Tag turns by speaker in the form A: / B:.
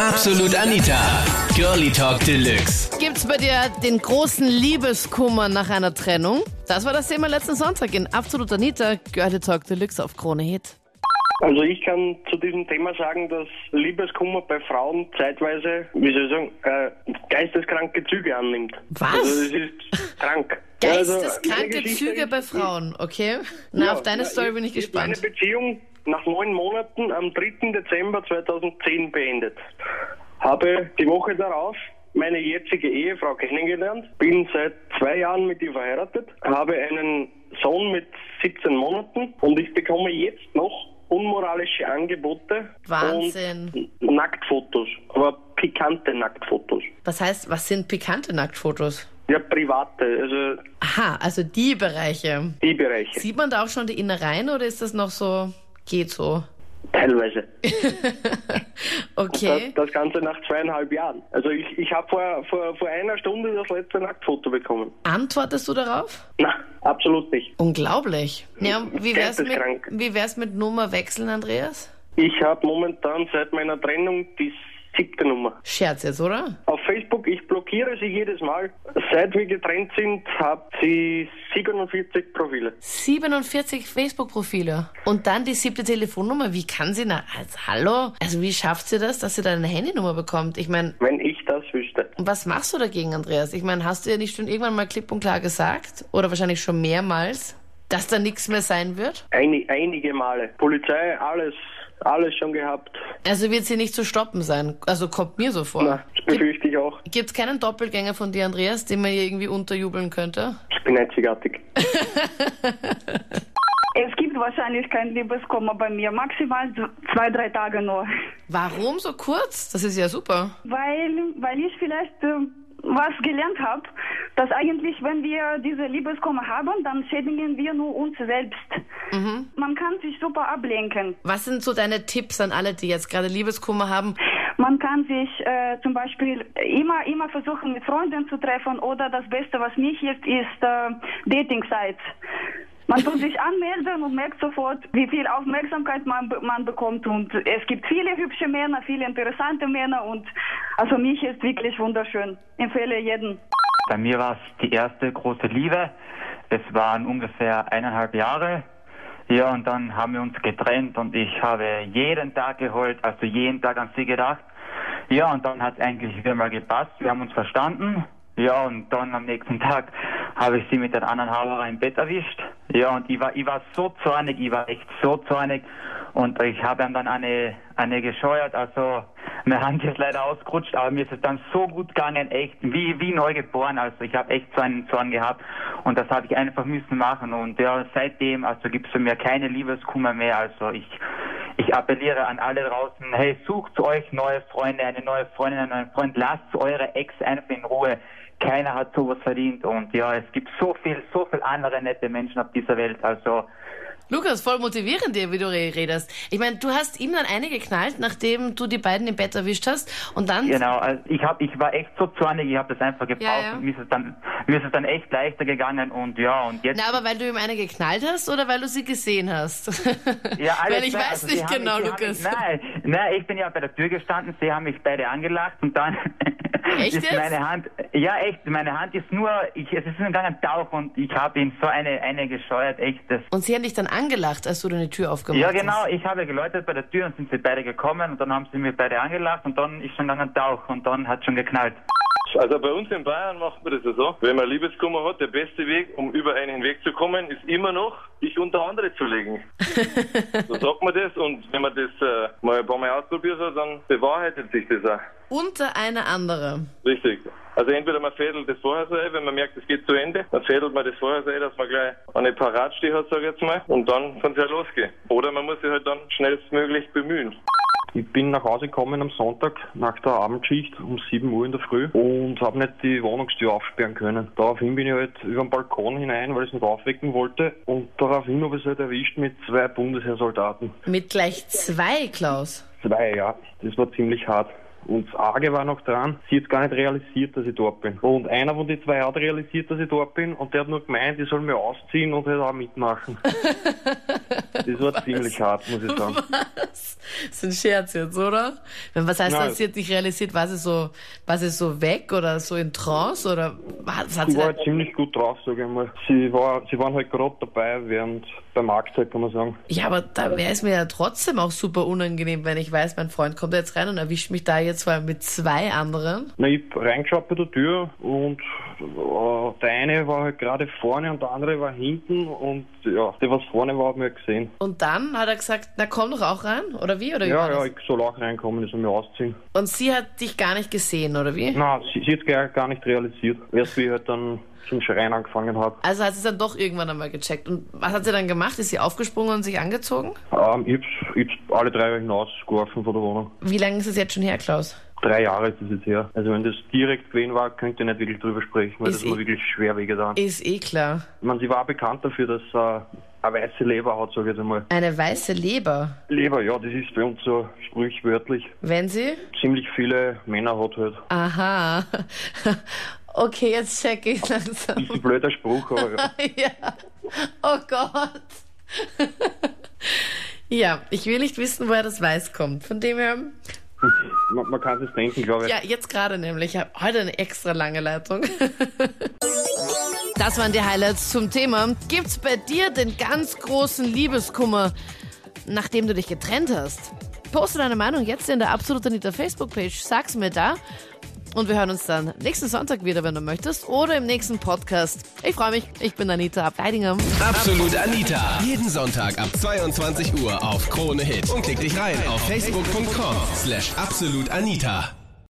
A: Absolut Anita. Girlie Talk Deluxe.
B: Gibt's bei dir den großen Liebeskummer nach einer Trennung? Das war das Thema letzten Sonntag in Absolut Anita, Girlie Talk Deluxe auf Krone Hit.
C: Also ich kann zu diesem Thema sagen, dass Liebeskummer bei Frauen zeitweise, wie soll ich sagen, äh, geisteskranke Züge annimmt.
B: Was?
C: Also das ist krank.
B: Geisteskranke
C: Also, eine Geschichte-
B: Züge bei Frauen, okay? Na,
C: Ja,
B: auf deine
C: ja,
B: Story
C: ich-
B: bin ich
C: ich hab
B: gespannt.
C: Meine Beziehung nach neun Monaten am 3. Dezember 2010 beendet. Habe die Woche darauf meine jetzige Ehefrau kennengelernt, bin seit zwei Jahren mit ihr verheiratet, habe einen Sohn mit 17 Monaten und ich bekomme jetzt noch unmoralische Angebote
B: Wahnsinn.
C: und Nacktfotos, aber pikante Nacktfotos.
B: Was heißt, was sind pikante Nacktfotos?
C: Ja, private, also
B: Aha, also die Bereiche.
C: die Bereiche,
B: Sieht man da auch schon die Innereien oder ist das noch so, geht so?
C: teilweise.
B: Okay.
C: Das, das Ganze nach zweieinhalb Jahren. Also ich, ich habe vor, vor, vor einer Stunde das letzte Nacktfoto bekommen.
B: Antwortest du darauf?
C: Na, absolut nicht.
B: Unglaublich. Ja, wie wär's mit,
C: Geisteskrank.
B: wie wär's mit Nummer wechseln, Andreas?
C: Ich habe momentan seit meiner Trennung die siebte Nummer.
B: Scherz jetzt, oder?
C: Auf Facebook, ich blockiere sie jedes Mal. Seit wir getrennt sind, hat sie 47 Profile.
B: 47 Facebook-Profile und dann die siebte Telefonnummer. Wie kann sie na, also, hallo? Also wie schafft sie das, dass sie da eine Handynummer bekommt? Ich meine,
C: Wenn ich das wüsste.
B: was machst du dagegen, Andreas? Ich meine, hast du ja nicht schon irgendwann mal klipp und klar gesagt oder wahrscheinlich schon mehrmals, dass da nichts mehr sein wird?
C: Einig, einige Male. Polizei, alles, alles schon gehabt.
B: Also wird sie nicht zu stoppen sein. Also kommt mir so vor.
C: Na, das befürchte ich auch.
B: Gibt's keinen Doppelgänger von dir, Andreas, den man hier irgendwie unterjubeln könnte?
C: Ich bin einzigartig.
D: Es gibt wahrscheinlich kein Liebeskummer bei mir, maximal z- zwei, drei Tage nur.
B: Warum so kurz? Das ist ja super.
D: Weil, weil ich vielleicht äh, was gelernt habe, dass eigentlich, wenn wir diese Liebeskummer haben, dann schädigen wir nur uns selbst. Man kann sich super ablenken.
B: Was sind so deine Tipps an alle, die jetzt gerade Liebeskummer haben?
D: Man kann sich äh, zum Beispiel immer, immer versuchen, mit Freunden zu treffen oder das Beste, was mir hilft, ist äh, Dating-Sites. Man tut sich anmelden und merkt sofort, wie viel Aufmerksamkeit man, be- man bekommt. Und es gibt viele hübsche Männer, viele interessante Männer. Und also mich ist wirklich wunderschön. Empfehle jeden.
E: Bei mir war es die erste große Liebe. Es waren ungefähr eineinhalb Jahre. Ja, und dann haben wir uns getrennt und ich habe jeden Tag geheult, also jeden Tag an sie gedacht. Ja, und dann hat es eigentlich wieder mal gepasst. Wir haben uns verstanden. Ja, und dann am nächsten Tag habe ich sie mit den anderen Haberer im Bett erwischt. Ja, und ich war, ich war so zornig, ich war echt so zornig. Und ich habe ihm dann eine, eine gescheuert, also meine Hand ist leider ausgerutscht, aber mir ist es dann so gut gegangen, echt, wie, wie neu geboren. Also ich habe echt so einen Zorn gehabt und das habe ich einfach müssen machen. Und ja, seitdem, also gibt es mir keine Liebeskummer mehr. Also ich, ich appelliere an alle draußen, hey, sucht euch neue Freunde, eine neue Freundin, einen neuen Freund, lasst eure Ex einfach in Ruhe. Keiner hat sowas verdient und ja, es gibt so viel, so viel andere nette Menschen auf dieser Welt. Also
B: Lukas, voll motivierend dir, wie du re- redest. Ich meine, du hast ihm dann eine geknallt, nachdem du die beiden im Bett erwischt hast und dann...
E: Genau, also ich hab, ich war echt so zornig, ich habe das einfach gebraucht.
B: Ja, ja.
E: Mir, ist es dann, mir ist es dann echt leichter gegangen und ja, und jetzt.
B: Na, aber weil du ihm eine geknallt hast oder weil du sie gesehen hast?
E: ja, alles
B: weil ich
E: klar,
B: weiß
E: also sie
B: nicht
E: haben
B: genau,
E: mich- sie haben
B: Lukas.
E: Mich, nein, nein, ich bin ja bei der Tür gestanden, sie haben mich beide angelacht und dann
B: Echt
E: ist
B: jetzt?
E: meine Hand, ja echt, meine Hand ist nur, ich, es ist nur ein Tauch und ich habe ihm so eine, eine gescheuert, echt, das
B: Und sie haben dich dann angelacht, als du deine Tür aufgemacht
E: Ja,
B: hast.
E: genau. Ich habe geläutet bei der Tür und sind sie beide gekommen und dann haben sie mich beide angelacht und dann ist schon gegangen Tauch und dann hat schon geknallt.
F: Also bei uns in Bayern macht man das ja so. Wenn man Liebeskummer hat, der beste Weg, um über einen hinwegzukommen, ist immer noch, dich unter andere zu legen. so sagt man das und wenn man das äh, mal ein paar Mal ausprobiert hat, dann bewahrheitet sich das auch.
B: Unter eine andere.
F: Richtig. Also entweder man fädelt das vorher so ein, wenn man merkt, es geht zu Ende, dann fädelt man das vorher so ein, dass man gleich eine Parat stehen hat, sag ich jetzt mal, und dann kann es ja losgehen. Oder man muss sich halt dann schnellstmöglich bemühen.
G: Ich bin nach Hause gekommen am Sonntag nach der Abendschicht um 7 Uhr in der Früh und habe nicht die Wohnungstür aufsperren können. Daraufhin bin ich halt über den Balkon hinein, weil ich es nicht aufwecken wollte und daraufhin habe ich es halt erwischt mit zwei Bundesheersoldaten.
B: Mit gleich zwei, Klaus.
G: Zwei, ja. Das war ziemlich hart. Und das Arge war noch dran, sie hat gar nicht realisiert, dass ich dort bin. Und einer von den zwei hat realisiert, dass ich dort bin und der hat nur gemeint, ich soll mir ausziehen und halt auch mitmachen. das war ziemlich hart, muss ich sagen.
B: Was? Das ist ein Scherz jetzt, oder? Wenn was heißt,
G: Nein.
B: dass sie jetzt nicht realisiert, war sie so, war sie so weg oder so in Trance oder was hat
G: Sie
B: sie
G: war
B: da,
G: halt ziemlich gut drauf, sage ich mal. Sie, war, sie waren halt gerade dabei, während bei Marktzeit, kann man sagen.
B: Ja, aber da wäre es mir ja trotzdem auch super unangenehm, wenn ich weiß, mein Freund kommt da jetzt rein und erwischt mich da jetzt vor allem mit zwei anderen.
G: Na, ich hab reingeschaut bei der Tür und äh, der eine war halt gerade vorne und der andere war hinten und ja, der was vorne war, hat mich gesehen.
B: Und dann hat er gesagt, na komm doch auch rein, oder wie? Oder wie
G: Ja,
B: war
G: ja,
B: das?
G: ich soll auch reinkommen, ich soll mich ausziehen.
B: Und sie hat dich gar nicht gesehen, oder wie?
G: Na, sie, sie hat's gar, gar nicht realisiert. Erst wie ich halt dann zum Schreien angefangen habe.
B: Also hat sie es dann doch irgendwann einmal gecheckt. Und was hat sie dann gemacht? Ist sie aufgesprungen und sich angezogen?
G: Ähm, ich hab's, ich hab's alle drei hinausgeworfen von der Wohnung.
B: Wie lange ist es jetzt schon her, Klaus?
G: Drei Jahre ist es jetzt her. Also wenn das direkt gewesen war, könnte ich nicht wirklich drüber sprechen, weil
B: Ist
G: das war
B: eh-
G: wirklich schwer wehgetan.
B: Ist eh klar.
G: Ich meine, sie war auch bekannt dafür, dass sie äh, eine weiße Leber hat, sag ich jetzt einmal.
B: Eine weiße Leber.
G: Leber, ja, das ist bei uns so sprichwörtlich.
B: Wenn sie?
G: ziemlich viele Männer hat halt.
B: Aha. Okay, jetzt check ich
G: Ist ein
B: langsam.
G: blöder Spruch, aber ja.
B: ja. Oh Gott. ja, ich will nicht wissen, woher das Weiß kommt. Von dem her,
G: man, man kann es denken, glaube ich.
B: ja, jetzt gerade nämlich. Ich habe heute eine extra lange Leitung. das waren die Highlights zum Thema. Gibt's bei dir den ganz großen Liebeskummer, nachdem du dich getrennt hast? Poste deine Meinung jetzt in der Absolut Anita Facebook-Page. Sag's mir da. Und wir hören uns dann nächsten Sonntag wieder, wenn du möchtest, oder im nächsten Podcast. Ich freue mich. Ich bin Anita Ableidinger.
A: Absolut Anita. Jeden Sonntag ab 22 Uhr auf Krone Hit. Und klick dich rein auf facebook.com slash absolutanita.